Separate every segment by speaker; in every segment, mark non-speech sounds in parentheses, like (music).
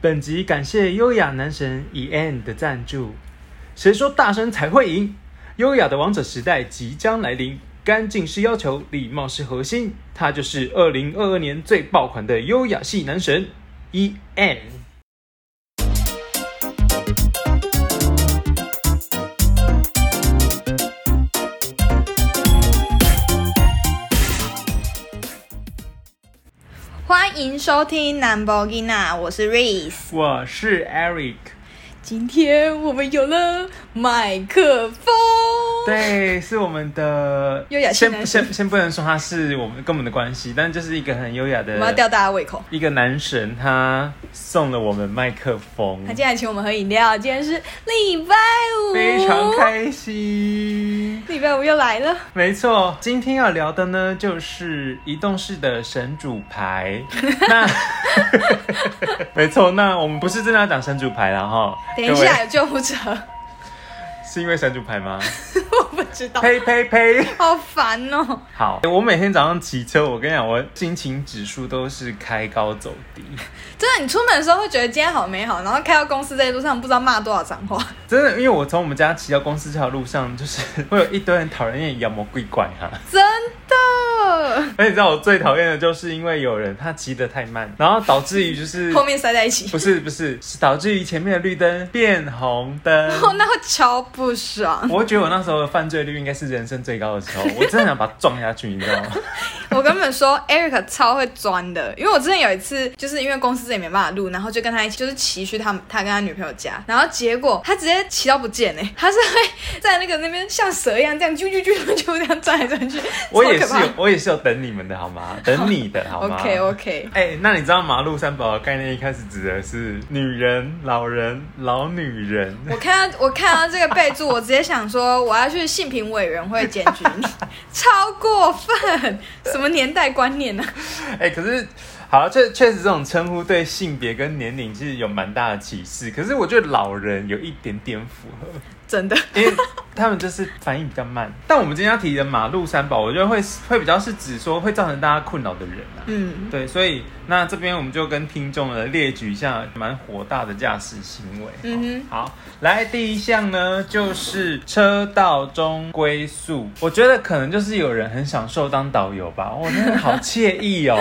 Speaker 1: 本集感谢优雅男神 E N 的赞助。谁说大声才会赢？优雅的王者时代即将来临，干净是要求，礼貌是核心。他就是二零二二年最爆款的优雅系男神 E N。
Speaker 2: 欢迎收听 Number g i n a 我是 Reese。
Speaker 1: 我是 Eric。
Speaker 2: 今天我们有了麦克风，
Speaker 1: 对，是我们的
Speaker 2: 优雅系
Speaker 1: 先
Speaker 2: 男神
Speaker 1: 先先不能说他是我们跟我们的关系，但就是一个很优雅
Speaker 2: 我们要
Speaker 1: 的
Speaker 2: 吊大家胃口。
Speaker 1: 一个男神，他送了我们麦克风
Speaker 2: 他，竟然请我们喝饮料，今天是礼拜五，
Speaker 1: 非常开心。
Speaker 2: 礼拜五又来了，
Speaker 1: 没错，今天要聊的呢就是移动式的神主牌。
Speaker 2: (laughs)
Speaker 1: 那 (laughs) 没错，那我们不是真的要讲神主牌了哈。
Speaker 2: 等一
Speaker 1: 各位
Speaker 2: 下有救护车，
Speaker 1: 是因为神主牌吗？
Speaker 2: 我不知道，
Speaker 1: 呸呸呸！
Speaker 2: 好烦哦。
Speaker 1: 好，我每天早上骑车，我跟你讲，我心情指数都是开高走
Speaker 2: (laughs)
Speaker 1: 低，
Speaker 2: 真的，你出门的时候会觉得今天好美好，然后开到公司这一路上不知道骂多少脏话，
Speaker 1: 真的，因为我从我们家骑到公司这条路上，就是会有一堆很讨人厌的妖魔鬼怪哈、
Speaker 2: 真的，
Speaker 1: 而且你知道我最讨厌的就是因为有人他骑得太慢，然后导致于就是
Speaker 2: 后面塞在一起
Speaker 1: 不，是不是，是导致于前面的绿灯变红灯。
Speaker 2: 哦，那会超不爽。
Speaker 1: 我觉得我那时候的犯罪率应该是人生最高的时候，我真的想把它撞下去，你知道吗？
Speaker 2: (laughs) 我跟你们说，Eric 超会钻的，因为我之前有一次，就是因为公司也没办法录，然后就跟他一起，就是骑去他们他跟他女朋友家，然后结果他直接骑到不见哎、他是会在那个那边像蛇一样这样啾啾啾啾啾这样转来转去，
Speaker 1: (laughs) 我也
Speaker 2: 超
Speaker 1: 是
Speaker 2: 可怕
Speaker 1: 有，我也是有等你们的好吗？等你的好
Speaker 2: (laughs)
Speaker 1: 吗
Speaker 2: OK OK，
Speaker 1: 哎、那你知道马路三宝的概念一开始指的是女人、老人、老女人？ (laughs)
Speaker 2: 我看到我看到这个备注，我直接想说我要去性平委员会检举你， (laughs) 超过分，什么年代观念呢、啊？
Speaker 1: 哎、可是好，确确实这种称呼对性别跟年龄其实有蛮大的歧视。可是我觉得老人有一点点符合，
Speaker 2: 真的，
Speaker 1: 因为他们就是反应比较慢。但我们今天要提的马路三宝，我觉得会会比较是指说会造成大家困扰的人啊。
Speaker 2: 嗯，
Speaker 1: 对，所以那这边我们就跟听众呢列举一下蛮火大的驾驶行为。
Speaker 2: 嗯哼
Speaker 1: 好，来第一项呢就是车道中龟速，我觉得可能就是有人很享受当导游吧，我、真的好惬意
Speaker 2: (laughs)
Speaker 1: 哦，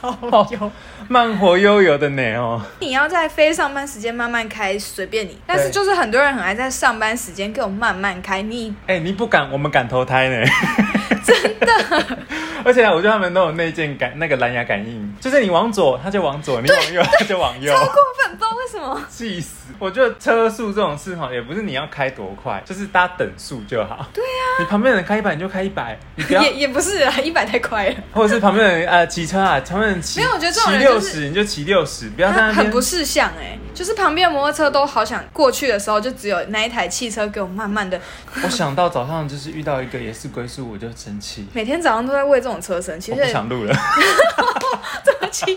Speaker 2: 导
Speaker 1: 导游慢活悠游的呢哦。
Speaker 2: 你要在非上班时间慢慢开，随便你。但是就是很多人很爱在上班时间给我慢慢开，你
Speaker 1: 哎、你不敢，我们敢投胎
Speaker 2: (laughs)
Speaker 1: 呢。真的， (laughs) 而且啊我觉得他们都有内建感，那个蓝牙感应，就是你往左，他就往左；你往右，他就往右。
Speaker 2: 超过分，不知道为什么。
Speaker 1: 气死！我觉得车速这种事哈，也不是你要开多快，就是大家等速就好。对呀、你旁边的人开一百你就开一百，你不要，
Speaker 2: 啊 (laughs) 也也不是啊，一百太快了，
Speaker 1: (laughs) 或者是旁边的人呃骑车啊，旁边人骑，
Speaker 2: 没有我觉得这种
Speaker 1: 骑
Speaker 2: 人
Speaker 1: 六
Speaker 2: 就
Speaker 1: 十
Speaker 2: 是
Speaker 1: 你就骑六十，不要在
Speaker 2: 他
Speaker 1: 那
Speaker 2: 很不
Speaker 1: 边。
Speaker 2: 识相哎、就是旁边的摩托车都好想过去的时候，就只有那一台汽车给我慢慢的，
Speaker 1: 我想到早上就是遇到一个也是龟速，我就生气，
Speaker 2: 每天早上都在为这种车生
Speaker 1: 我
Speaker 2: 气，
Speaker 1: 不
Speaker 2: 其实
Speaker 1: 想录了。 (laughs)
Speaker 2: 而且 (laughs)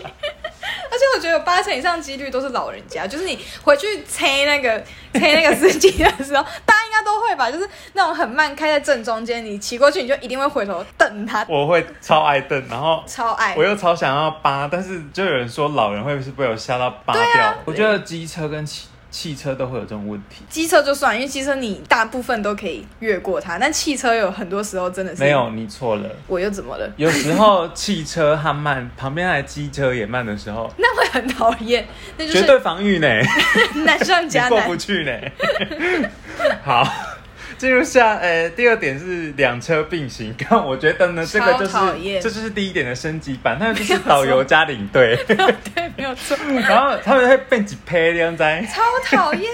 Speaker 2: 而且我觉得有八成以上几率都是老人家，就是你回去催那个 (laughs) 催那个司机的时候，大家应该都会吧，就是那种很慢开在正中间，你骑过去你就一定会回头瞪他，
Speaker 1: 我会超爱瞪，然后
Speaker 2: 超爱
Speaker 1: 我。又超想要扒，但是就有人说老人会不是被我吓到扒掉。
Speaker 2: 啊
Speaker 1: 我觉得机车跟汽汽车都会有这种问题。
Speaker 2: 机车就算，因为机车你大部分都可以越过它，但汽车有很多时候真的是
Speaker 1: 没有，，你错了。
Speaker 2: 我又怎么了？
Speaker 1: 有时候汽车它慢，旁边来机车也慢的时候，
Speaker 2: 那会很讨厌， (laughs) 那就
Speaker 1: 绝
Speaker 2: 是
Speaker 1: 对防御呢，
Speaker 2: (laughs) 难上
Speaker 1: 你
Speaker 2: 加
Speaker 1: 过
Speaker 2: 难
Speaker 1: 不。去呢。 (laughs) 好，进入下，呃、第二点是两车并行。刚我觉得呢，这个就
Speaker 2: 超讨
Speaker 1: 是
Speaker 2: 厌
Speaker 1: 这就是第一点的升级版，那就是导游加领
Speaker 2: (laughs)
Speaker 1: 队，
Speaker 2: 对，没有错，
Speaker 1: 然后他们会变几配这样子。
Speaker 2: 超
Speaker 1: (laughs)
Speaker 2: 讨厌。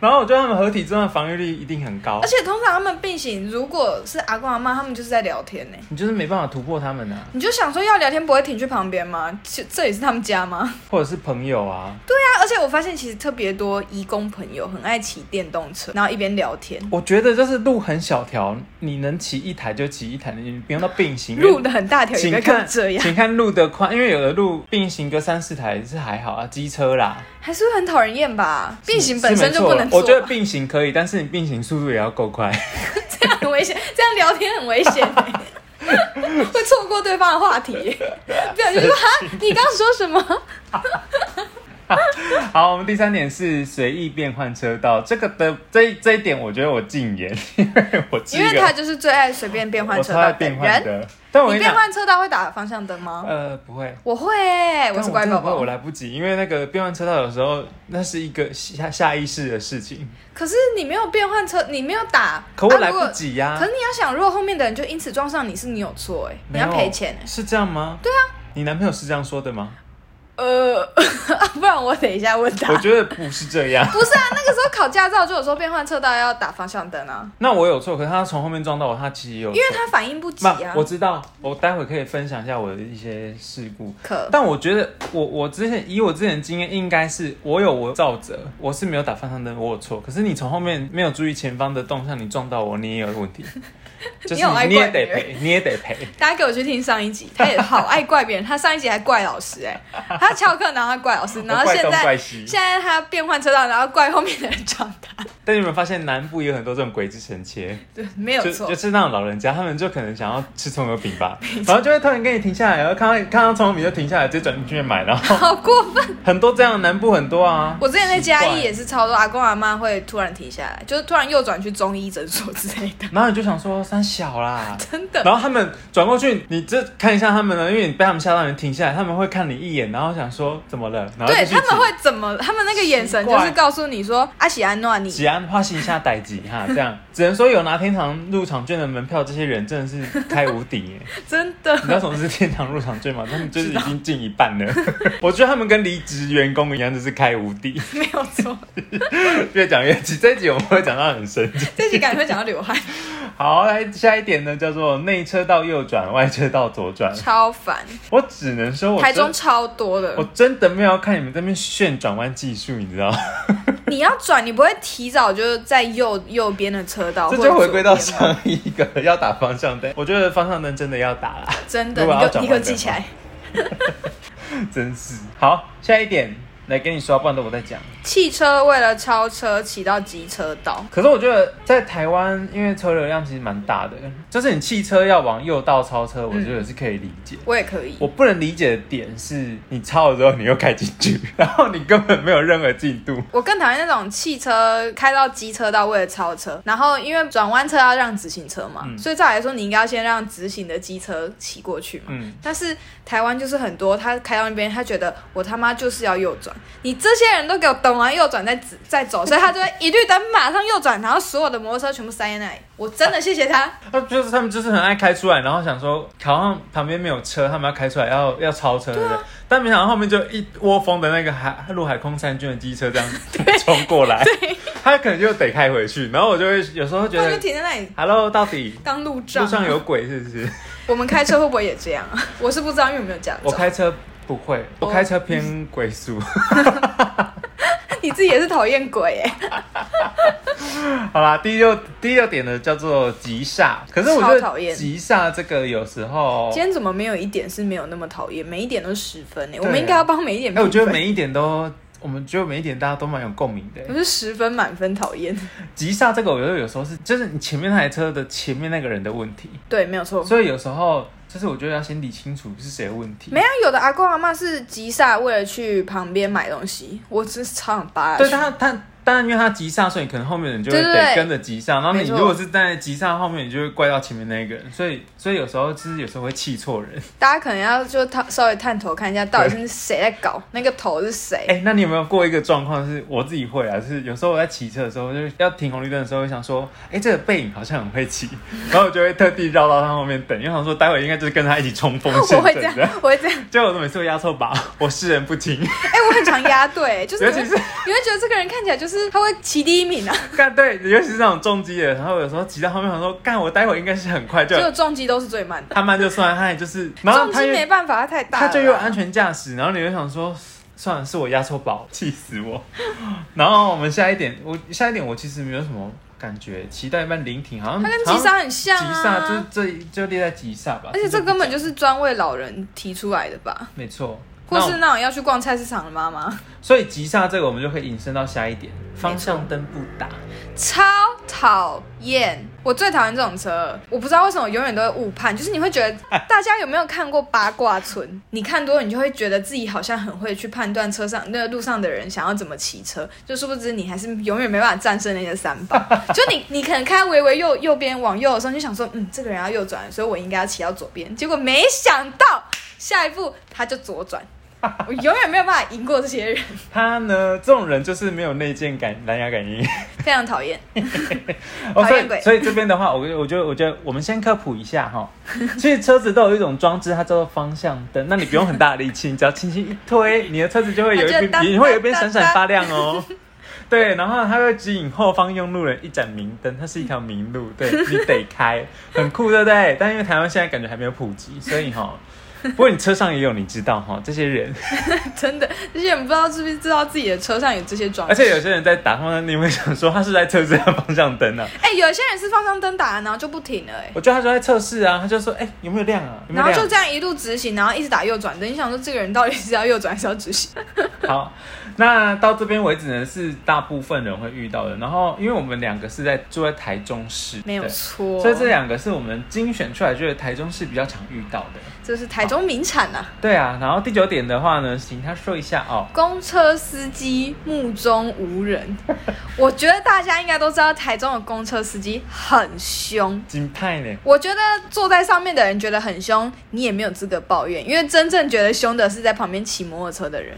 Speaker 1: 然后我觉得他们合体之后的防御力一定很高
Speaker 2: 而，且通常他们并行，如果是阿公阿妈，他们就是在聊天呢、
Speaker 1: 你就是没办法突破他们啊，
Speaker 2: 你就想说要聊天不会停去旁边吗？这这也是他们家吗？ (laughs)
Speaker 1: 或者是朋友啊。
Speaker 2: 对啊，而且我发现其实特别多义工朋友很爱骑电动车，然后一边聊天，
Speaker 1: 我觉得就是路很小条，你能骑一台就骑一台，你不用到并行。
Speaker 2: 路的很大条，也
Speaker 1: 请
Speaker 2: 不
Speaker 1: 看
Speaker 2: 要这样，
Speaker 1: 请看路的宽，因为有的路并行个三四台是还好啊，机车啦，
Speaker 2: 还是会很讨人厌吧？并行本身
Speaker 1: 是没
Speaker 2: 就
Speaker 1: 错
Speaker 2: 不
Speaker 1: 啦
Speaker 2: 能做啊
Speaker 1: 我
Speaker 2: 吧。
Speaker 1: 觉得并行可以，但是你并行速度也要够快。 (laughs)
Speaker 2: 这样 (laughs) 很危险，这样聊天很危险、欸， (laughs)
Speaker 1: (laughs)
Speaker 2: 会错过对方的话题、欸。不小心说哈，你刚刚说什么？
Speaker 1: 好，我们第三点是随意变换车道，这个的这一这一点，我觉得我禁言， (laughs) 因为我是一
Speaker 2: 因为
Speaker 1: 个
Speaker 2: 他就是最爱随便变换
Speaker 1: 我
Speaker 2: 车
Speaker 1: 超
Speaker 2: 道
Speaker 1: 爱
Speaker 2: 的
Speaker 1: 变换
Speaker 2: 人。
Speaker 1: 的，但我
Speaker 2: 你
Speaker 1: 跟
Speaker 2: 变
Speaker 1: 讲，
Speaker 2: 换车道会打方向灯
Speaker 1: (laughs)
Speaker 2: 吗？
Speaker 1: 呃，不会，
Speaker 2: 我会欸、我是
Speaker 1: 但
Speaker 2: 乖
Speaker 1: 真的
Speaker 2: 宝
Speaker 1: 不会我
Speaker 2: 宝。
Speaker 1: 来不及，因为那个变换车道有时候那是一个下下意识的事情，
Speaker 2: 可是你没有变换车，你没有打，
Speaker 1: 可我
Speaker 2: 啊
Speaker 1: 来
Speaker 2: 如果
Speaker 1: 不及呀、
Speaker 2: 可是你要想，如果后面的人就因此撞上你，是你有错哎、你
Speaker 1: 没有
Speaker 2: 要赔钱哎、
Speaker 1: 是这样吗？对啊，你男朋友是这样说的
Speaker 2: (laughs)
Speaker 1: 吗？
Speaker 2: 呃， (laughs) 不然我等一下问他
Speaker 1: 我。觉得不是这样。
Speaker 2: 不是啊，那个时候考驾照就有说变换车道要打方向灯啊，
Speaker 1: 那我有错，可是他从后面撞到我，他其实也有
Speaker 2: 因为
Speaker 1: 错
Speaker 2: 他反应不及
Speaker 1: 那
Speaker 2: 啊
Speaker 1: 我。知道，我待会可以分享一下我的一些事故。
Speaker 2: 可
Speaker 1: 但我觉得我我之前以我之前的经验，应该是我有我照责，我是没有打方向灯，我有错。可是你从后面没有注意前方的动向，你撞到我，你也有问
Speaker 2: (laughs)
Speaker 1: 题，就是
Speaker 2: 你好爱
Speaker 1: 你也
Speaker 2: 怪
Speaker 1: 得
Speaker 2: 别人
Speaker 1: 赔，你也得
Speaker 2: (laughs)
Speaker 1: 赔。
Speaker 2: 大家给我去听上一集，他也好爱怪别人，他上一集还怪老师哎、他翘课然后他怪老师，然后
Speaker 1: 我怪
Speaker 2: 现
Speaker 1: 东
Speaker 2: 在
Speaker 1: 怪西
Speaker 2: 现在他变换车道，然后怪后面的人撞他，
Speaker 1: 但你有没有发现南部也有很多这种鬼之神切？
Speaker 2: 对，没有
Speaker 1: 就
Speaker 2: 错
Speaker 1: 就。是那种老人家，他们就可能想要吃葱油饼
Speaker 2: (laughs)
Speaker 1: 吧，然后就会突然给你停下来，然后看到看到葱油饼就停下来，直接转进去买，然后
Speaker 2: 好过分！
Speaker 1: 很多这样的南部很多啊。
Speaker 2: 我之前在嘉
Speaker 1: 奇怪
Speaker 2: 义也是超多阿公阿妈会突然停下来，就是突然右转去中医诊所之类的，
Speaker 1: 然后你就想说三小啦，
Speaker 2: 真 (laughs) 的。
Speaker 1: 然后他们转过去，你这看一下他们呢，因为你被他们吓到，你停下来，他们会看你一眼，然后想说怎么了，然后
Speaker 2: 对
Speaker 1: 继续
Speaker 2: 他们
Speaker 1: 骑
Speaker 2: 会怎么？他们那个眼神就是告诉你说阿喜安诺
Speaker 1: 吉
Speaker 2: 你。
Speaker 1: 安花心一下逮鸡哈，这样只能说有拿天堂入场券的门票，这些人真的是太无敌
Speaker 2: (laughs)
Speaker 1: 耶！
Speaker 2: 真
Speaker 1: 你知道
Speaker 2: 的，
Speaker 1: 什么是天堂入场券吗？他们就是已经进一半了。 (laughs) 我觉得他们跟离职员工一样，就是开无敌。 (laughs)
Speaker 2: 没有错。
Speaker 1: 越讲越气，这一集我们会讲到很生气。
Speaker 2: 这集感觉会讲到流汗，
Speaker 1: 好，来下一点呢，叫做内车道右转，外车道左转。
Speaker 2: 超烦。
Speaker 1: 我只能说我
Speaker 2: 台
Speaker 1: 真，
Speaker 2: 中超多的
Speaker 1: 我，真的没有要看你们这边炫转弯技术，你知道吗？
Speaker 2: 你要转，你不会提早就是在右右边的车道，
Speaker 1: 这
Speaker 2: 或者
Speaker 1: 就回归到
Speaker 2: 左边吗
Speaker 1: 上一个要打方向灯，我觉得方向灯真的要打啦，
Speaker 2: 真的，
Speaker 1: 如果要
Speaker 2: 你给
Speaker 1: 转弯
Speaker 2: 你给我
Speaker 1: 的
Speaker 2: 记起来。
Speaker 1: 真是。好，下一点来跟你说，不然等我再讲。
Speaker 2: 汽车为了超车骑到机车道，
Speaker 1: 可是我觉得在台湾，因为车流量其实蛮大的，就是你汽车要往右道超车，我觉得是可以理解。
Speaker 2: 我也可以。
Speaker 1: 我不能理解的点是，你超了之后你又开进去，然后你根本没有任何进度。
Speaker 2: 我更讨厌那种汽车开到机车道为了超车，然后因为转弯车要让直行车嘛，
Speaker 1: 嗯
Speaker 2: 所以照理来说你应该要先让直行的机车骑过去嘛。
Speaker 1: 嗯
Speaker 2: 但是台湾就是很多，他开到那边，他觉得我他妈就是要右转，你这些人都给我等完右转再直再走，所以他就会一律等马上右转，然后所有的摩托车全部塞在那里。我真的谢谢他，
Speaker 1: 那就是他们就是很爱开出来，然后想说好像旁边没有车，他们要开出来要要超车，对
Speaker 2: 啊
Speaker 1: 不对？但没想到后面就一窝蜂的那个海陆海空三军的机车这样
Speaker 2: (laughs)
Speaker 1: 冲过来，他可能就得开回去。然后我就会有时候觉
Speaker 2: 他就
Speaker 1: 得
Speaker 2: 停在那里
Speaker 1: ，Hello，到底
Speaker 2: 当路
Speaker 1: 路
Speaker 2: 障。
Speaker 1: 上有鬼是不是？
Speaker 2: 我们开车会不会也
Speaker 1: (laughs)
Speaker 2: 这样啊？我是不知道，因为我没有驾
Speaker 1: 我
Speaker 2: 照。
Speaker 1: 开车不会，我
Speaker 2: 哦
Speaker 1: 开车偏龟速。
Speaker 2: 你自己也是讨厌鬼哎、
Speaker 1: (laughs) 好啦，第六第六点呢叫做急刹，可是我觉
Speaker 2: 超讨
Speaker 1: 得
Speaker 2: 厌
Speaker 1: 急刹这个有时候
Speaker 2: 今。天怎么没有一点是没有那么讨厌？每一点都是十分呢、我
Speaker 1: 对
Speaker 2: 们
Speaker 1: 啊
Speaker 2: 应该要帮每一点
Speaker 1: 哎、
Speaker 2: 评分。
Speaker 1: 我觉得每一点都，我们觉得每一点大家都蛮有共鸣的。
Speaker 2: 我是十分满分讨厌。
Speaker 1: 急刹这个，我觉得有时候是，就是你前面那台车的前面那个人的问题，
Speaker 2: 对，没有错。
Speaker 1: 所以有时候就是我觉得要先理清楚是谁的问题。
Speaker 2: 没有，有的阿公阿妈是急刹，为了去旁边买东西，我真是超想扒下去。
Speaker 1: 对他他。当然，因为他急刹，所以可能后面人就会
Speaker 2: 对对
Speaker 1: 得
Speaker 2: 对
Speaker 1: 跟着急刹。然后
Speaker 2: 没
Speaker 1: 你
Speaker 2: 错
Speaker 1: 如果是在急刹后面，你就会怪到前面那个人。所以，所以有时候就是有时候会气错人。
Speaker 2: 大家可能要就探稍微探头看一下，到底是谁在搞那个头是谁。
Speaker 1: 哎、那你有没有过一个状况是我自己会啊？就是有时候我在骑车的时候，就是要停红绿灯的时候，会想说，哎、这个背影好像很会骑，然后我就会特地绕到他后面等，因为想说待会应该就是跟他一起冲锋陷
Speaker 2: (laughs) (laughs) 我会这
Speaker 1: 阵的
Speaker 2: 样。，我会这样。
Speaker 1: 结果我每次会压错
Speaker 2: (laughs)
Speaker 1: 把，我视人不清，
Speaker 2: 哎、我很常
Speaker 1: (laughs)
Speaker 2: 压队，就是
Speaker 1: 尤
Speaker 2: 你
Speaker 1: 其
Speaker 2: 会
Speaker 1: 是
Speaker 2: 你会觉得这个人看起来就是他会骑第一
Speaker 1: (laughs)
Speaker 2: 名啊，
Speaker 1: 干对，尤其是那种重击的，然后有时候骑到后面想说，干我待会应该是很快就
Speaker 2: 结果重击都是最慢的。
Speaker 1: 他慢就算了，他也就是，然后
Speaker 2: 重
Speaker 1: 他
Speaker 2: 击
Speaker 1: 又
Speaker 2: 没办法，他太大了
Speaker 1: 他
Speaker 2: 啦。
Speaker 1: 就又安全驾驶，然后你就想说，算了，是我压错宝，气死我。然后我们下一点，我下一点我其实没有什么感觉，骑到一半临停，好像
Speaker 2: 他跟急刹很像
Speaker 1: 好像急
Speaker 2: 啊。
Speaker 1: 刹就是这就列在急刹吧，
Speaker 2: 而且这根本
Speaker 1: 就
Speaker 2: 就是专为老人提出来的吧？
Speaker 1: 没错。
Speaker 2: 或
Speaker 1: 那
Speaker 2: 是
Speaker 1: 我
Speaker 2: 那种要去逛菜市场的妈妈，
Speaker 1: 所以急刹这个我们就可以引申到下一点，方向灯不打。
Speaker 2: 超讨厌。我最讨厌这种车，我不知道为什么我永远都会误判，就是你会觉得大家有没有看过八卦村？你看多了，你就会觉得自己好像很会去判断车上那个路上的人想要怎么骑车，就殊不知你还是永远没办法战胜那些三宝。就你你可能开微微右右边往右的时候，你就想说，嗯，这个人要右转，所以我应该要骑到左边，结果没想到下一步他就左转。我永远没有办法赢过这些人，
Speaker 1: 他呢，这种人就是没有内建感蓝牙感
Speaker 2: (laughs)
Speaker 1: 应。
Speaker 2: 非常讨厌。
Speaker 1: 哦，
Speaker 2: 讨
Speaker 1: 所
Speaker 2: 厌
Speaker 1: 以
Speaker 2: 鬼
Speaker 1: 所以这边的话，我我觉得我觉得我们先科普一下
Speaker 2: (laughs)
Speaker 1: 哈。其实车子都有一种装置，它叫做方向灯。那你不用很大的力气，你只要轻轻一推，你的车子就会有一
Speaker 2: 它就
Speaker 1: 边，
Speaker 2: 哒
Speaker 1: 你会有一边
Speaker 2: 哒
Speaker 1: 闪闪发亮哦。 (laughs) 对，然后它会指引后方用路人一盏明灯，它是一条明
Speaker 2: (laughs)
Speaker 1: 路，对你得开，很酷，对不对？但因为台湾现在感觉还没有普及，所以
Speaker 2: (laughs)
Speaker 1: 哈，不过你车上也有，你知道哈，这些人，
Speaker 2: (laughs) 真的，这些人不知道知不知道自己的车上有这些装
Speaker 1: 而
Speaker 2: 置。
Speaker 1: 且有些人在打方向灯，你会想说他是在测试他方向灯啊，
Speaker 2: 哎、有些人是方向灯打了，然后就不停了、哎，
Speaker 1: 我觉得他就在测试啊，他就说：“哎、有没有亮啊？有没
Speaker 2: (laughs) 然
Speaker 1: 有
Speaker 2: 后
Speaker 1: 亮？”
Speaker 2: 就这样一路直行，然后一直打右转灯。你想说这个人到底是要右转还是要
Speaker 1: (laughs)
Speaker 2: 直行？
Speaker 1: 好，那到这边为止呢，是大部分人会遇到的。然后，因为我们两个是在住在台中市，
Speaker 2: 没有
Speaker 1: 对
Speaker 2: 错，
Speaker 1: 所以这两个是我们精选出来，觉得台中市比较常遇到的。
Speaker 2: 这是台中名产啊，
Speaker 1: 对啊，然后第九点的话呢，请他说一下哦。
Speaker 2: 公车司机目中无
Speaker 1: (laughs)
Speaker 2: 人。我觉得大家应该都知道，台中的公车司机很凶。
Speaker 1: 金派呢？
Speaker 2: 我觉得坐在上面的人觉得很凶，你也没有资格抱怨，因为真正觉得凶的是在旁边骑摩托
Speaker 1: (laughs)
Speaker 2: 车的人。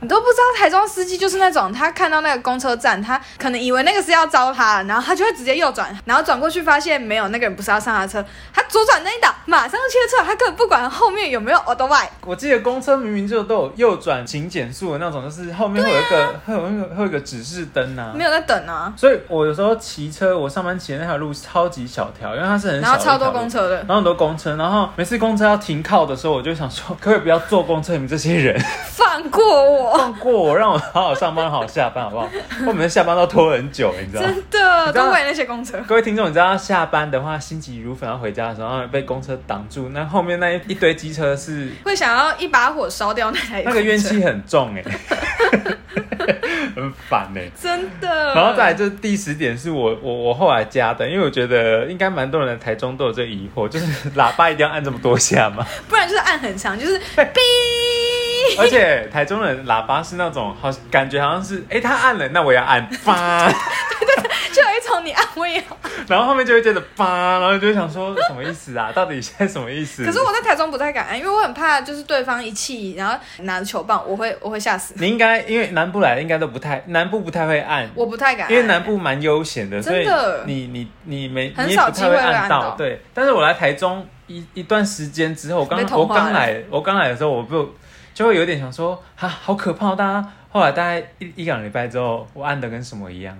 Speaker 2: 你都不知道台中司机就是那种，他看到那个公车站，他可能以为那个是要招他，然后他就会直接右转，然后转过去发现没有，那个人不是要上他的车，他左转那一档马上切车，他根本不管后面有没有哦 o t o b i
Speaker 1: 我记得公车明明就都有右转请减速的那种，就是后面会有一个、会有一个会有一个指示灯啊。
Speaker 2: 啊没有在等啊，
Speaker 1: 所以我有时候骑车，我上班骑的那条路超级小条，因为它是很小
Speaker 2: 然后
Speaker 1: 的一
Speaker 2: 超多
Speaker 1: 条路
Speaker 2: 公车的
Speaker 1: 然，后很多公车，然后每次公车要停靠的时候，我就想说，可不可以不要坐公车？你们这些
Speaker 2: (laughs)
Speaker 1: 人
Speaker 2: 放过
Speaker 1: (laughs)
Speaker 2: 我，
Speaker 1: 放过我，让我好好上班，好好下班，好不好？ (laughs) 我每次下班都拖很久，你知道吗？
Speaker 2: 真的
Speaker 1: 你知道
Speaker 2: 都为了那些公车。
Speaker 1: 各位听众，你知道下班的话，心急如焚要回家的时候，然后被公车挡住，那后面那一一堆机车是
Speaker 2: 会想要一把火烧掉那台
Speaker 1: 那个怨
Speaker 2: 公车
Speaker 1: 气很重哎、 (laughs)
Speaker 2: (laughs)
Speaker 1: 很烦哎、
Speaker 2: 真的。
Speaker 1: 然后再来就是第十点，是我我我后来加的，因为我觉得应该蛮多人在台中都有这个疑惑，就是喇叭一定要按这么多下吗？
Speaker 2: 不然就是按很长，就是哔。
Speaker 1: (laughs) 而且台中人喇叭是那种好，感觉好像是，哎、他按了，那我也要按， (laughs) 叭，
Speaker 2: 就有一种你按我也好。
Speaker 1: 然后后面就会接着叭，然后就会想说什么意思
Speaker 2: (laughs)
Speaker 1: 啊？到底现在什么意思？
Speaker 2: 可是我在台中不太敢按，因为我很怕就是对方一气，然后拿着球棒，我会我会吓死。
Speaker 1: 你应该因为南部来的应该都不太，南部不太会按，
Speaker 2: 我不太敢按，
Speaker 1: 因为南部蛮悠闲的，所
Speaker 2: 真
Speaker 1: 以
Speaker 2: 的
Speaker 1: 你你你没
Speaker 2: 很
Speaker 1: 你也
Speaker 2: 少
Speaker 1: 不
Speaker 2: 机
Speaker 1: 太
Speaker 2: 会
Speaker 1: 会
Speaker 2: 会
Speaker 1: 按
Speaker 2: 按到
Speaker 1: 到，对。但是我来台中一一段时间之后，我刚
Speaker 2: 被同
Speaker 1: 我
Speaker 2: 化
Speaker 1: 刚
Speaker 2: 了
Speaker 1: 来我刚来的时候，我就就会有点想说，哈，好可怕，大家。后来大概一一两个礼拜之后，我按的跟什么一样。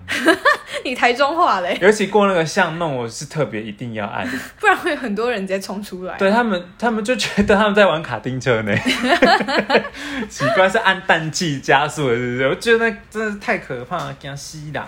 Speaker 2: 你台中话嘞， (laughs)
Speaker 1: 尤其过那个巷弄，我是特别一定要按。
Speaker 2: 不然会有很多人直接冲出来。
Speaker 1: 对他们，他们就觉得他们在玩卡丁车呢， (laughs) 奇怪是按氮气加速的，是不是？我觉得那真的是太可怕了，惊西啦。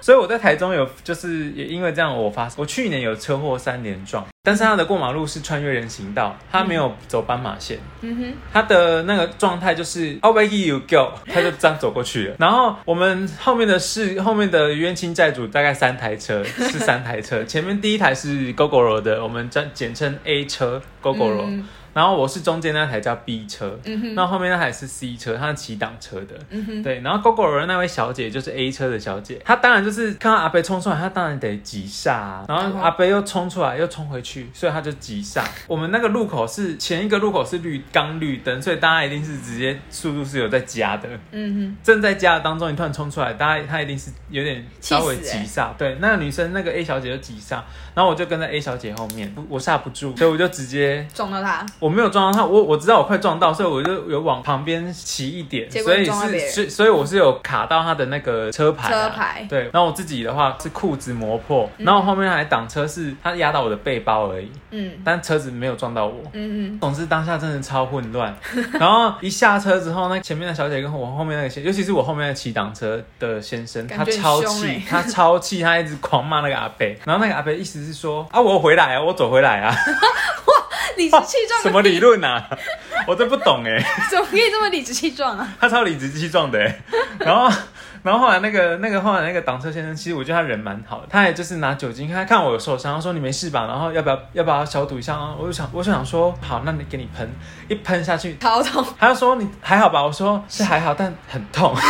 Speaker 1: 所以我在台中有，就是也因为这样，我发我去年有车祸三连撞，但是他的过马路是穿越人行道，他没有走斑马线，
Speaker 2: 嗯哼，
Speaker 1: 他的那个状态就是哦 w a you go，他就这样走过去了。
Speaker 2: (laughs)
Speaker 1: 然后我们后面的是后面的冤亲债主，大概三台车，是三台
Speaker 2: (laughs)
Speaker 1: 车。前面第一台是 GoGoRo 的，我们简简称 A 车 GoGoRo，、
Speaker 2: 嗯
Speaker 1: 然后我是中间那台叫 B 车，
Speaker 2: 嗯哼，
Speaker 1: 那、后面那台是 C 车，它是骑挡车的。
Speaker 2: 嗯哼，
Speaker 1: 对，然后 GoGo 的那位小姐就是 A 车的小姐，她当然就是看到阿贝冲出来，她当然得急刹、啊，然
Speaker 2: 然
Speaker 1: 后
Speaker 2: 后
Speaker 1: 阿贝又冲出来又冲回去，所以她就急刹。我们那个路口是前一个路口是绿刚绿灯，所以大家一定是直接速度是有在加的。
Speaker 2: 嗯
Speaker 1: 正在加的当中，你突然冲出来，大家她一定是有点稍微急刹。对，那个女生那个 A 小姐就急刹，然后我就跟在 A 小姐后面，我刹不住，所以我就直接
Speaker 2: 哼，撞到他，
Speaker 1: 我没有撞到他，我我知道我快撞到，所以我就有往旁边骑一点，
Speaker 2: 结果
Speaker 1: 所
Speaker 2: 你
Speaker 1: 以
Speaker 2: 撞到别
Speaker 1: 是
Speaker 2: 人
Speaker 1: 是，所以我是有卡到他的那个车牌、啊，
Speaker 2: 车牌
Speaker 1: 对。然后我自己的话是裤子磨破，然后后面还挡车是他压到我的背包而已，
Speaker 2: 嗯
Speaker 1: 但车子没有撞到我。
Speaker 2: 嗯
Speaker 1: 总之当下真的超混乱， (laughs) 然后一下车之后，那前面的小姐跟我后面那个先，尤其是我后面那个骑挡车的先生，他
Speaker 2: 感觉很
Speaker 1: 超
Speaker 2: 凶
Speaker 1: 气
Speaker 2: 欸，
Speaker 1: 他超气，他一直狂骂那个阿伯，然后那个阿伯意思是说啊，我回来啊，我走回来啊。
Speaker 2: 哼，理直气壮
Speaker 1: 什
Speaker 2: 的
Speaker 1: 么理论啊？ (laughs)
Speaker 2: 啊？
Speaker 1: 我这不懂哎、
Speaker 2: (laughs) 怎么可以这么理直气壮啊？
Speaker 1: 他超理直气壮的哎、然后。然后后来那个那个后来那个挡车先生，其实我觉得他人蛮好的，他也就是拿酒精，他看我有受伤，他说你没事吧？然后要不要要不要消毒一下啊？我就想我就想说好，那你给你喷，一喷下去，
Speaker 2: 超痛！
Speaker 1: 他就说你还好吧？我说是还好，但很痛。
Speaker 2: (laughs)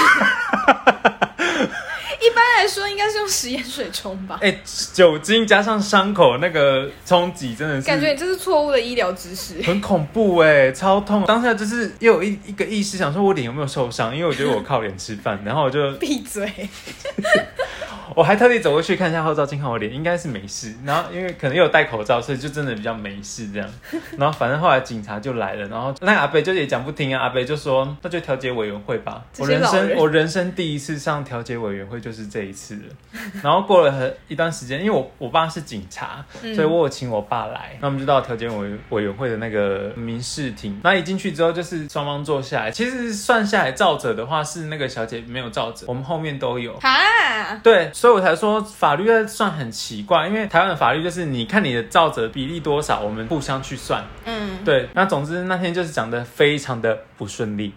Speaker 1: (laughs)
Speaker 2: 一般来说应该是用食盐水冲吧。
Speaker 1: 哎、酒精加上伤口那个冲击，真的是
Speaker 2: 感觉你这是错误的医疗知识。 (laughs)
Speaker 1: 很恐怖哎、超痛！当下就是又有一一个意识，想说我脸有没有受伤，因为我觉得我靠脸吃饭，然后我就
Speaker 2: 闭嘴！
Speaker 1: 我还特地走过去看一下后照镜，看我脸应该是没事。然后因为可能又有戴口罩，所以就真的比较没事这样。然后反正后来警察就来了，然后那阿北就也讲不听啊，阿北就说那就调解委员会吧。
Speaker 2: 这
Speaker 1: 我
Speaker 2: 些
Speaker 1: 人
Speaker 2: 老
Speaker 1: 生
Speaker 2: 人
Speaker 1: 我人生第一次上调解委员会就是这一次了。然后过了很一段时间，因为我我爸是警察，
Speaker 2: 嗯
Speaker 1: 所以我有请我爸来，那我们就到调解委委员会的那个民事庭。那一进去之后，就是双方坐下来，其实算下来照者的话是那个小姐没有照者，我们后面都有。
Speaker 2: 哈，
Speaker 1: 对，所以我才说法律在算很奇怪，因为台湾的法律就是你看你的照者比例多少，我们互相去算。
Speaker 2: 嗯，
Speaker 1: 对，那总之那天就是讲的非常的不顺
Speaker 2: (laughs)
Speaker 1: 利，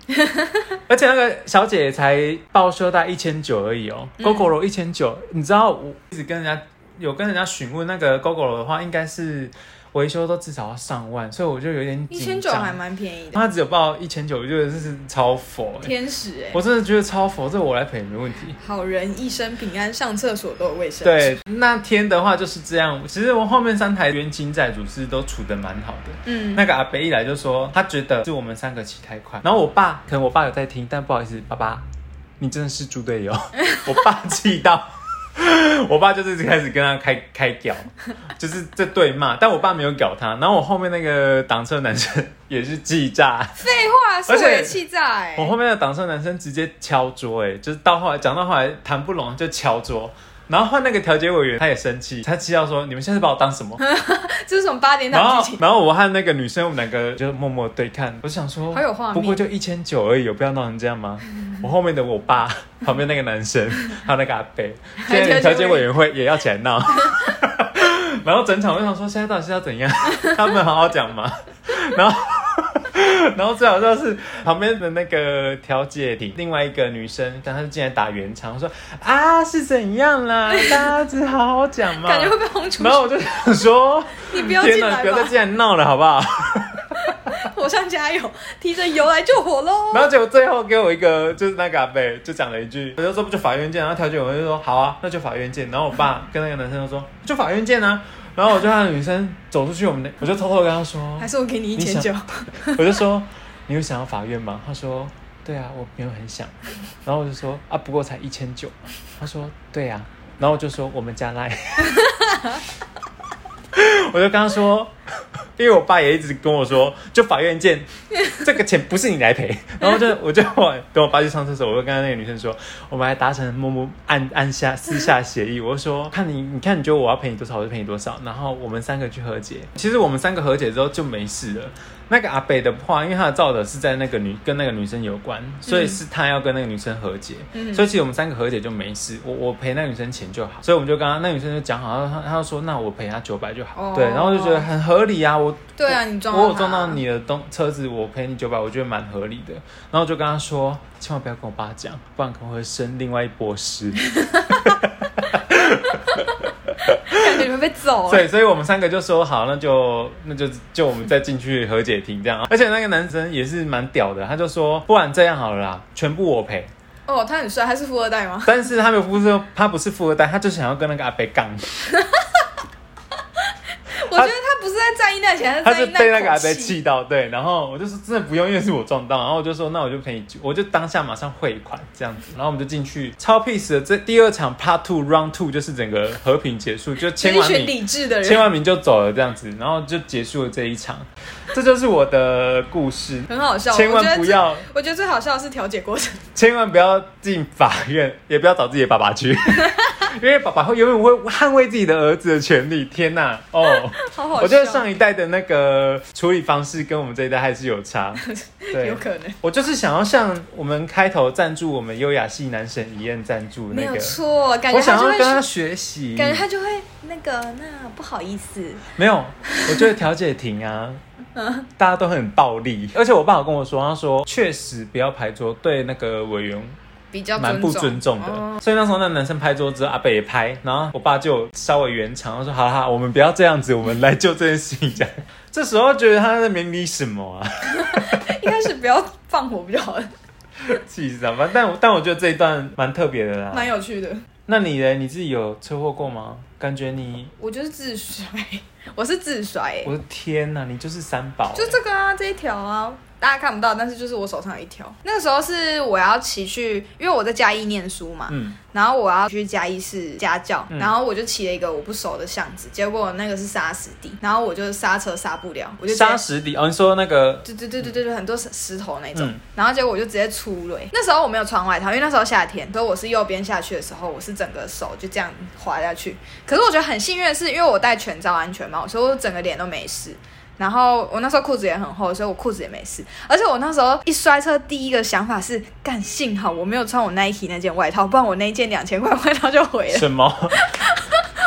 Speaker 1: 而且那个小姐才报修大概一千九而已哦，GoGo
Speaker 2: 嗯
Speaker 1: 一千九，你知道我一直跟人家有跟人家询问那个 GoGo 的话，应该是维修都至少要上万，所以我就有点
Speaker 2: 一
Speaker 1: 紧
Speaker 2: 千九还
Speaker 1: 张。
Speaker 2: 蛮便宜的，
Speaker 1: 他只有报一千九，我觉得这是超佛、欸，
Speaker 2: 天使哎、
Speaker 1: 我真的觉得超佛，这我来赔没问题。
Speaker 2: 好人一生平安，上厕所都有卫生。，
Speaker 1: 对，那天的话就是这样。其实我后面三台冤亲债主是都处得蛮好的。
Speaker 2: 嗯，
Speaker 1: 那个阿北一来就说，他觉得是我们三个起太快。然后我爸，可能我爸有在听，但不好意思，爸爸，你真的是猪队友。我爸气到，我爸就是开始跟他开开屌，就是这对骂。但我爸没有屌他。然后我后面那个挡车男生也是气炸，
Speaker 2: 废话，是
Speaker 1: 而且
Speaker 2: 我的气炸哎、
Speaker 1: 我后面的挡车男生直接敲桌、哎，就是到后来讲到后来谈不拢就敲桌，然后换那个调解委员他也生气，他气到说你们现在把我当什么？
Speaker 2: 这是什么八 (laughs) 点
Speaker 1: 然
Speaker 2: 档
Speaker 1: 后
Speaker 2: 剧情？
Speaker 1: 然后我和那个女生我们两个就默默对看，我想说
Speaker 2: 好有画面嗯
Speaker 1: 不过就一千九而已，有必要闹成这样吗？我后面的我爸旁边那个男
Speaker 2: (laughs)
Speaker 1: 生还有那个阿伯，
Speaker 2: 还有
Speaker 1: 现在
Speaker 2: 调
Speaker 1: 调
Speaker 2: 解
Speaker 1: 解
Speaker 2: 委
Speaker 1: 委员会也要起来
Speaker 2: (laughs)
Speaker 1: 闹。然后整场我就想说，现在到底是要怎样？ (laughs) 他们好好讲嘛。然后， (laughs) 然后最好笑是旁边的那个调解庭另外一个女生，但她就进来打圆场，说啊是怎样啦，大家只好好讲嘛。
Speaker 2: (laughs) 感觉会被轰出
Speaker 1: 然后我
Speaker 2: 去。
Speaker 1: 就想说，
Speaker 2: 你不要
Speaker 1: 天
Speaker 2: 进
Speaker 1: 哪，
Speaker 2: 来
Speaker 1: 不要再
Speaker 2: 吧！
Speaker 1: 进来闹了，好不好？ (laughs)
Speaker 2: 火上加油，提着油来救火喽！
Speaker 1: 然后结果最后给我一个就是那个阿伯就讲了一句，我就说不就法院见，然后调解委员就说好啊，那就法院见。然后我爸跟那个男生就说就法院见啊。然后我就让女生走出去，我们那我就偷偷跟她
Speaker 2: (laughs)
Speaker 1: 说，
Speaker 2: 还是我给你一千九，
Speaker 1: 我就说你有想要法院吗？她说对啊，我没有很想。然后我就说啊，不过才一千九。她说对啊。然后我就说我们加 (laughs) 赖。我就跟她说，因为我爸也一直跟我说，就法院 (laughs) 见，这个钱不是你来赔。然后就我就后来跟我爸去上厕所，我就跟那个女生说，我们还达成默默按按下私下协议，我就说看你你看你觉得我要赔你多少，我就赔你多少，然后我们三个去和解。其实我们三个和解之后就没事了。那个阿北的话，因为他的照的是在那个女跟那个女生有关，所以是他要跟那个女生和解，
Speaker 2: 嗯
Speaker 1: 所以其实我们三个和解就没事，我我赔那个女生钱就好，所以我们就跟他那女生就讲好，她她就说那我赔她九百就好，
Speaker 2: 哦
Speaker 1: 对，然后我就觉得很合理啊，我
Speaker 2: 对啊你撞到
Speaker 1: 我有
Speaker 2: 她
Speaker 1: 撞到你的东车子，我赔你九百，我觉得蛮合理的，然后我就跟他说，千万不要跟我爸讲，不然可能会生另外一波
Speaker 2: (laughs)
Speaker 1: 事。
Speaker 2: 感觉你们被揍欸了。
Speaker 1: 对，所以我们三个就说好，那就那就就我们再进去和解庭这样。而且那个男生也是蛮屌的，他就说不然这样好了啦，全部我赔。
Speaker 2: 哦，他很帅，他是富二代吗？
Speaker 1: 但是他没有富是他不是富二代，他就想要跟那个阿伯杠，
Speaker 2: 我觉得他不是在战意那
Speaker 1: (laughs)
Speaker 2: 钱，
Speaker 1: 他
Speaker 2: 在
Speaker 1: 是
Speaker 2: 意
Speaker 1: 被那个阿
Speaker 2: 口
Speaker 1: 伯
Speaker 2: 气。
Speaker 1: 气到。对，然后我就说真的不用，因为是我撞到。然后我就说那我就赔你，我就当下马上汇款这样子。然后我们就进去超 peace 的这第二场 Part Two Round Two 就是整个和平结束，就
Speaker 2: 就
Speaker 1: 签
Speaker 2: 是一
Speaker 1: 完
Speaker 2: 群
Speaker 1: 名
Speaker 2: 理智的
Speaker 1: 签
Speaker 2: 人，
Speaker 1: 完名就走了这样子，然后就结束了这一场。这就是我的故事。
Speaker 2: 很好笑。
Speaker 1: 千
Speaker 2: 我觉
Speaker 1: 万
Speaker 2: 得
Speaker 1: 不
Speaker 2: 最
Speaker 1: 要，
Speaker 2: 我觉得最好笑的是调解过程， (laughs)
Speaker 1: 千万不要进法院，也不要找自己的爸爸去， (laughs) 因为爸爸会永远会捍卫自己的儿子的权利。天哪、哦，
Speaker 2: 好好笑。
Speaker 1: 我觉得上一代的那个处理方式跟我们这一代还是有
Speaker 2: (laughs)
Speaker 1: 差。对
Speaker 2: 有，可能，
Speaker 1: 我就是想要像我们开头赞助我们优雅系男神一样赞助
Speaker 2: 没
Speaker 1: 那
Speaker 2: 有
Speaker 1: 个，
Speaker 2: 错，感
Speaker 1: 我
Speaker 2: 觉他
Speaker 1: 想
Speaker 2: 就
Speaker 1: 要
Speaker 2: 会
Speaker 1: 跟他学习。
Speaker 2: 感觉他就会那个，那不好意思， (laughs)
Speaker 1: 没有，我觉得调解庭啊，
Speaker 2: 嗯
Speaker 1: 大家都很暴力。而且我爸有跟我说，他说确实不要拍桌，对那个委员
Speaker 2: 比较
Speaker 1: 蛮不尊重的。
Speaker 2: 哦
Speaker 1: 所以那时候那男生拍桌子，阿北也拍，然后我爸就稍微圆场，他说：“好啦，好啦我们不要这样子，我们来就这件事情讲。” (laughs) 这时候觉得他在明理什么啊， (laughs)
Speaker 2: 一开始不要放火比较好，
Speaker 1: 气死他妈！但我但我觉得这一段蛮特别的啦。
Speaker 2: 蛮有趣的。
Speaker 1: 那你呢？你自己有车祸过吗？感觉你，
Speaker 2: 我就是自摔， (laughs) 我是自摔、欸
Speaker 1: 我，的天哪，你就是三宝、欸
Speaker 2: 就这个啊，这一条啊，大家看不到，但是就是我手上有一条。那个时候是我要骑去，因为我在嘉义念书嘛，
Speaker 1: 嗯，
Speaker 2: 然后我要去嘉义市家教，
Speaker 1: 嗯
Speaker 2: 然后我就骑了一个我不熟的巷子，结果那个是沙石地，然后我就刹车刹不了，我就直接
Speaker 1: 沙石底哦，你说那个
Speaker 2: 对对对对对对，很多石石头那种。
Speaker 1: 嗯
Speaker 2: 然后结果我就直接出蕊，那时候我没有穿外套，因为那时候夏天，所以我是右边下去的时候，我是整个手就这样滑下去。可是我觉得很幸运的是，因为我戴全罩安全帽，所以我整个脸都没事。然后我那时候裤子也很厚，所以我裤子也没事。而且我那时候一摔车，第一个想法是，干幸好我没有穿我 Nike 那件外套，不然我那一件两千块外套就毁了。 (laughs)
Speaker 1: 什么？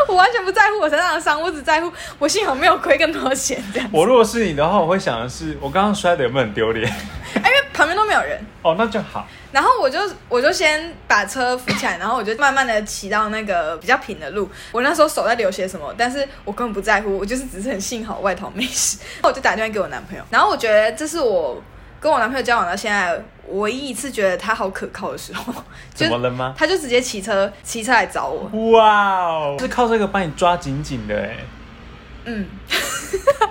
Speaker 2: 我完全不在乎我身上的伤，我只在乎我幸好没有亏更多钱这样。
Speaker 1: 我如果是你的话，我会想的是，我刚刚摔的有没有很丢脸？
Speaker 2: 哎，因为旁边都没有人，
Speaker 1: 哦，那就好。
Speaker 2: 然后我就我就先把车扶起来，然后我就慢慢的骑到那个比较平的路。我那时候手在流血什么，但是我根本不在乎，我就是只是很幸好外头没事。 (laughs) 然后我就打电话给我男朋友，然后我觉得这是我跟我男朋友交往到现在唯一一次觉得他好可靠的时候， (laughs) 就
Speaker 1: 怎么了吗？
Speaker 2: 他就直接骑车骑车来找我，
Speaker 1: 哇哦，是靠这个把你抓紧紧的哎，
Speaker 2: 嗯，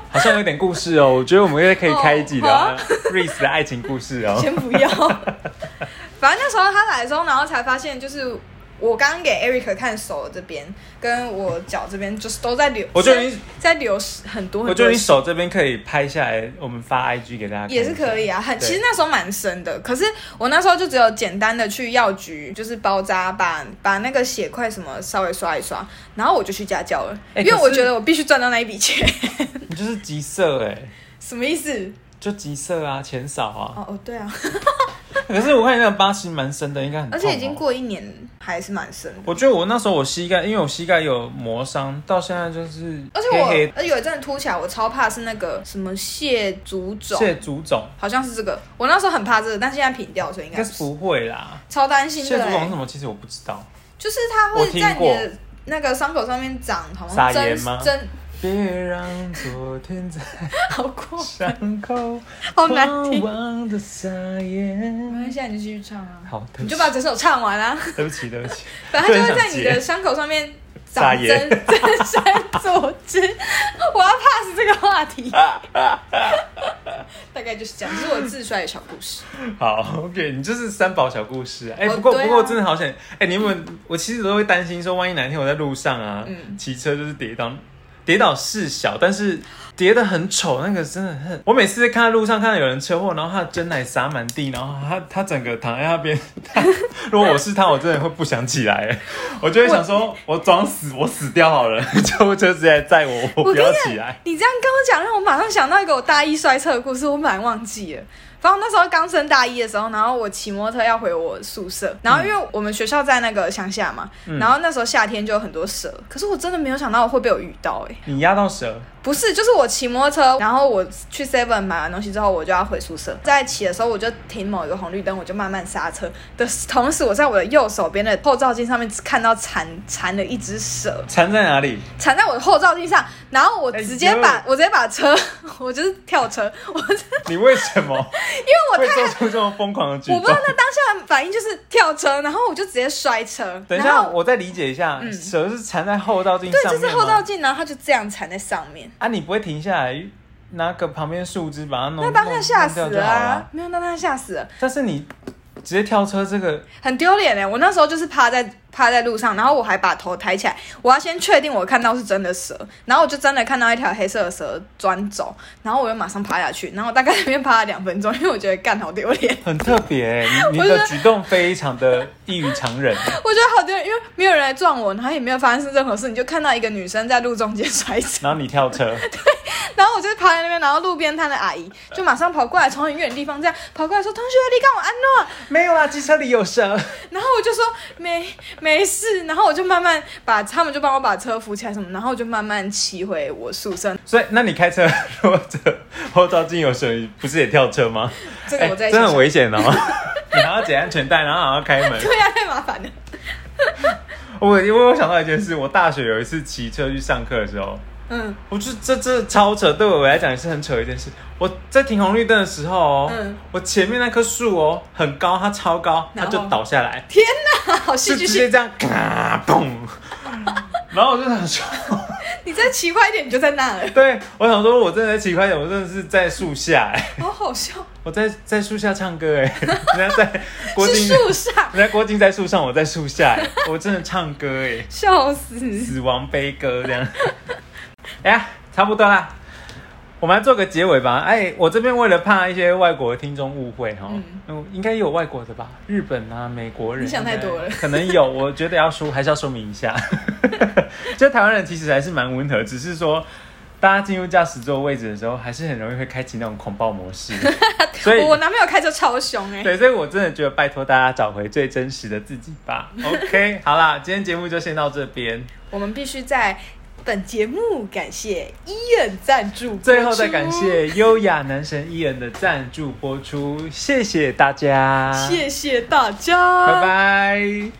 Speaker 1: 好像有点故事哦。我觉得我们也可以开一集的、
Speaker 2: 哦
Speaker 1: 啊、Reese 的爱情故事哦。
Speaker 2: 先不要。反正那时候他来的时候，然后才发现就是。我刚刚给 Eric 看手这边，跟我脚这边就是都在流，
Speaker 1: 我觉得你
Speaker 2: 在在流很多很多。
Speaker 1: 我觉得你手这边可以拍下来，我们发 IG 给大家看一下
Speaker 2: 也是可以啊，很
Speaker 1: 对
Speaker 2: 其实那时候蛮深的，可是我那时候就只有简单的去药局，就是包扎，把把那个血块什么稍微刷一刷，然后我就去家教了，
Speaker 1: 哎
Speaker 2: 因为
Speaker 1: 可是
Speaker 2: 我觉得我必须赚到那一笔钱， (laughs)
Speaker 1: 你就是急色哎，
Speaker 2: 什么意思？
Speaker 1: 就急色啊，钱少啊。
Speaker 2: 哦哦，对啊，
Speaker 1: 可是我看你那个疤心蛮深的，应该很痛、
Speaker 2: 而
Speaker 1: 哦。
Speaker 2: 且已经过一年，还是蛮深的。
Speaker 1: 我觉得我那时候我膝盖，因为我膝盖有磨伤，到现在就是
Speaker 2: 而且
Speaker 1: 黑
Speaker 2: 我，
Speaker 1: 黑
Speaker 2: 而且有一阵凸起来，我超怕是那个什么蟹足肿，
Speaker 1: 蟹足肿，
Speaker 2: 好像是这个。我那时候很怕这个，但现在平掉，所以应
Speaker 1: 应
Speaker 2: 该
Speaker 1: 该
Speaker 2: 不
Speaker 1: 是
Speaker 2: 是
Speaker 1: 不会啦。
Speaker 2: 超担心
Speaker 1: 蟹
Speaker 2: 的、
Speaker 1: 足肿是
Speaker 2: 欸
Speaker 1: 什。么？其实我不知道。
Speaker 2: 就是它
Speaker 1: 我
Speaker 2: 会
Speaker 1: 听
Speaker 2: 在你
Speaker 1: 过
Speaker 2: 的那个伤口上面长，好像
Speaker 1: 撒盐
Speaker 2: 针
Speaker 1: 吗
Speaker 2: 针，
Speaker 1: 别让昨天在
Speaker 2: (laughs) 好过，
Speaker 1: 伤口
Speaker 2: (laughs) 好难
Speaker 1: 哦
Speaker 2: 听。
Speaker 1: 忘的撒
Speaker 2: 没关
Speaker 1: 野。
Speaker 2: 系，你就继续唱啊，
Speaker 1: 好，对
Speaker 2: 你
Speaker 1: 不
Speaker 2: 就
Speaker 1: 起，
Speaker 2: 把整首唱完
Speaker 1: (laughs)
Speaker 2: 啊，
Speaker 1: 对不起，对不起。
Speaker 2: 反正它就会在你的伤口上面
Speaker 1: 撒
Speaker 2: 长
Speaker 1: 盐
Speaker 2: 针针山 (laughs) 组织。我要 pass 这个
Speaker 1: (laughs)
Speaker 2: 话题，大概就是这样，这是我自摔的小故事。
Speaker 1: 好，OK，你就是三宝小故事啊。哎、
Speaker 2: 哦
Speaker 1: 不过、
Speaker 2: 对啊
Speaker 1: 不过真的好想，哎、你们我其实都会担心说，万一哪一天我在路上啊，
Speaker 2: 嗯
Speaker 1: 骑车就是跌倒，跌倒是小，但是跌得很丑，那个真的很。我每次看到路上看到有人车祸，然后他的真奶洒满地，然后他他整个躺在那边， (laughs) 他如果我是他，我真的会不想起来，我就会想说，我装死，我死掉好了， (laughs) 救护车直接来载我，我
Speaker 2: 我
Speaker 1: 不
Speaker 2: 跟
Speaker 1: 要
Speaker 2: 你
Speaker 1: 起来。
Speaker 2: 你这样跟我讲，让我马上想到一个我大一摔车的故事，我本来忘记了。反正我那时候刚升大一的时候，然后我骑摩托车要回我宿舍，然后因为我们学校在那个乡下嘛，然后那时候夏天就有很多蛇，可是我真的没有想到我会被我遇到、欸，
Speaker 1: 你压到蛇，
Speaker 2: 不是，就是我骑摩托车，然后我去 Seven 买完东西之后，我就要回宿舍。在骑的时候，我就停某一个红绿灯，我就慢慢刹车的同时，我在我的右手边的后照镜上面看到缠缠了一只蛇，
Speaker 1: 缠在哪里？
Speaker 2: 缠在我的后照镜上，然后我直接把、
Speaker 1: 哎呦
Speaker 2: 我直接把车， (laughs) 我就是跳车，我因
Speaker 1: (laughs) 你为什
Speaker 2: (laughs)
Speaker 1: 么
Speaker 2: 为我
Speaker 1: 会做出这么疯狂的举
Speaker 2: 我
Speaker 1: 动哦
Speaker 2: 不知？道那当下的反应就是跳车，然后我就直接摔车，
Speaker 1: 等一
Speaker 2: 然
Speaker 1: 下，
Speaker 2: 后
Speaker 1: 我再理解一下，
Speaker 2: 嗯
Speaker 1: 蛇是缠在后照镜
Speaker 2: 对，
Speaker 1: 上
Speaker 2: 就
Speaker 1: 面
Speaker 2: 是
Speaker 1: 吗
Speaker 2: 后照镜，然后它就这样缠在上面。
Speaker 1: 啊，你不会停下来拿个旁边树枝把它弄
Speaker 2: 那当下吓死
Speaker 1: 弄掉就
Speaker 2: 了
Speaker 1: 好了
Speaker 2: 啊
Speaker 1: 啊！！
Speaker 2: 没有，那当下吓死了。
Speaker 1: 但是你直接跳车这个，
Speaker 2: 很丢脸哎！我那时候就是趴在趴在路上，然后我还把头抬起来，我要先确定我看到是真的蛇，然后我就真的看到一条黑色的蛇钻走，然后我就马上趴下去，然后我大概在那边趴了两分钟，因为我觉得干好丢脸，
Speaker 1: 很特
Speaker 2: (laughs)
Speaker 1: 别、你
Speaker 2: 我
Speaker 1: 你
Speaker 2: 觉
Speaker 1: 的
Speaker 2: 得
Speaker 1: 举动非常的 (laughs) 异于常人。
Speaker 2: (laughs) 我觉得好丢脸，因为没有人来撞我，然后也没有发生任何事，你就看到一个女生在路中间摔死， (laughs)
Speaker 1: 然后你跳车，
Speaker 2: 然后我就是趴在那边，然后路边摊的阿姨就马上跑过来，从很远的地方这样跑过来说：“同学，你干嘛安诺？”
Speaker 1: 没有啦，机车里有蛇。
Speaker 2: 然后我就说没没事，然后我就慢慢把他们就帮我把车扶起来什么，然后我就慢慢骑回我宿舍。
Speaker 1: 所以，那你开车 (laughs) 如果这后照镜有蛇，你不是也跳车吗？
Speaker 2: 这个我再
Speaker 1: 哎真的
Speaker 2: 想
Speaker 1: 很危险哦。 (laughs) 你还要解安全带，然后还要开门。
Speaker 2: 对呀、太麻烦了。
Speaker 1: 我因为我想到一件事，我大学有一次骑车去上课的时候，
Speaker 2: 嗯
Speaker 1: 我就这这超扯，对我来讲也是很扯的一件事。我在停红绿灯的时候哦，
Speaker 2: 嗯
Speaker 1: 我前面那棵树哦很高，它超高，它
Speaker 2: 然后
Speaker 1: 就倒下来，
Speaker 2: 啊， (laughs) 好
Speaker 1: 就
Speaker 2: 戏剧
Speaker 1: 直
Speaker 2: 性！
Speaker 1: 接这样咔嘣。
Speaker 2: 嗯
Speaker 1: (laughs) 然后我就想说，
Speaker 2: 你再骑快一点，你就在那了， (laughs)
Speaker 1: 对我想说，我真的在骑快点，我真的是在树下、哎，
Speaker 2: 好好笑。
Speaker 1: 我在在树下唱歌哎、人家在郭
Speaker 2: 是
Speaker 1: 靖，
Speaker 2: 树上，
Speaker 1: 人家郭靖在树上，我在树下、哎我真的唱歌哎、
Speaker 2: 笑死！
Speaker 1: 死亡悲歌这样。 (laughs) 哎呀，差不多啦，我们来做个结尾吧。哎，我这边为了怕一些外国听众误会哈，嗯，应该有外国的吧，日本啊、美国人，
Speaker 2: 你想太多了
Speaker 1: 应该可能有。我觉得要说还是要说明一下， (laughs) 就台湾人其实还是蛮温和，只是说。大家进入驾驶座位置的时候，还是很容易会开启那种恐暴模
Speaker 2: (laughs)
Speaker 1: 式，所以
Speaker 2: 我男朋友开车超凶哎、
Speaker 1: 对，所以我真的觉得拜托大家找回最真实的自己吧。OK，好啦，今天节目就先到这边。
Speaker 2: 我们必须在本节目感谢医院赞助，
Speaker 1: 最后再感，谢优雅男神伊恩的赞助播出，谢谢大家，，
Speaker 2: 谢谢大家，
Speaker 1: 拜。拜。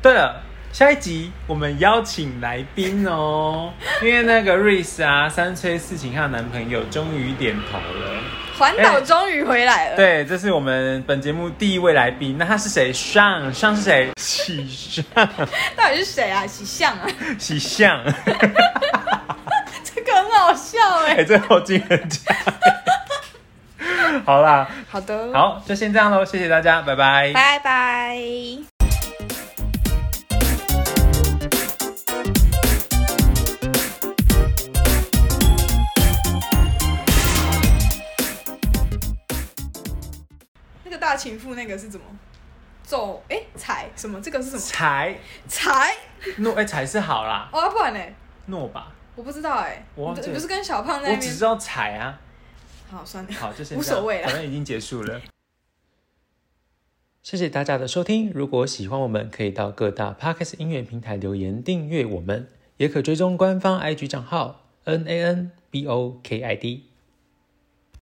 Speaker 1: 对了，下一集我们邀请来宾哦，因为那个瑞 i 啊，三催四请她的男朋友终于点头了。
Speaker 2: 环岛终于回来了，
Speaker 1: 哎对，这是我们本节目第一位来宾，那他是谁？上上是谁？喜上
Speaker 2: 到底是谁啊？喜相啊？ (laughs)
Speaker 1: 喜相，
Speaker 2: 这个很好笑哎、
Speaker 1: 哎、这后劲很强。好啦，
Speaker 2: 好的，，
Speaker 1: 好，就先这样喽，谢谢大家，拜拜。
Speaker 2: 拜拜。那个大情妇那个是怎么？走哎、财什么？这个是 (laughs) 什么？
Speaker 1: 才
Speaker 2: 财？
Speaker 1: 诺哎、才是好啦，
Speaker 2: 哦，不然呢？
Speaker 1: 诺吧，
Speaker 2: 我不知道哎、
Speaker 1: 我忘
Speaker 2: 你
Speaker 1: 记了
Speaker 2: 不你不是跟小胖在
Speaker 1: 我
Speaker 2: 那
Speaker 1: 只知
Speaker 2: 边？
Speaker 1: 道才啊。
Speaker 2: 好，算了，
Speaker 1: 好，就先
Speaker 2: 无
Speaker 1: 这样
Speaker 2: 所谓了
Speaker 1: 反。正已经结束了。谢谢大家的收听，如果喜欢我们，可以到各大 podcast 音乐平台留言订阅我们，也可追踪官方 IG 账号 N A N B O K I D。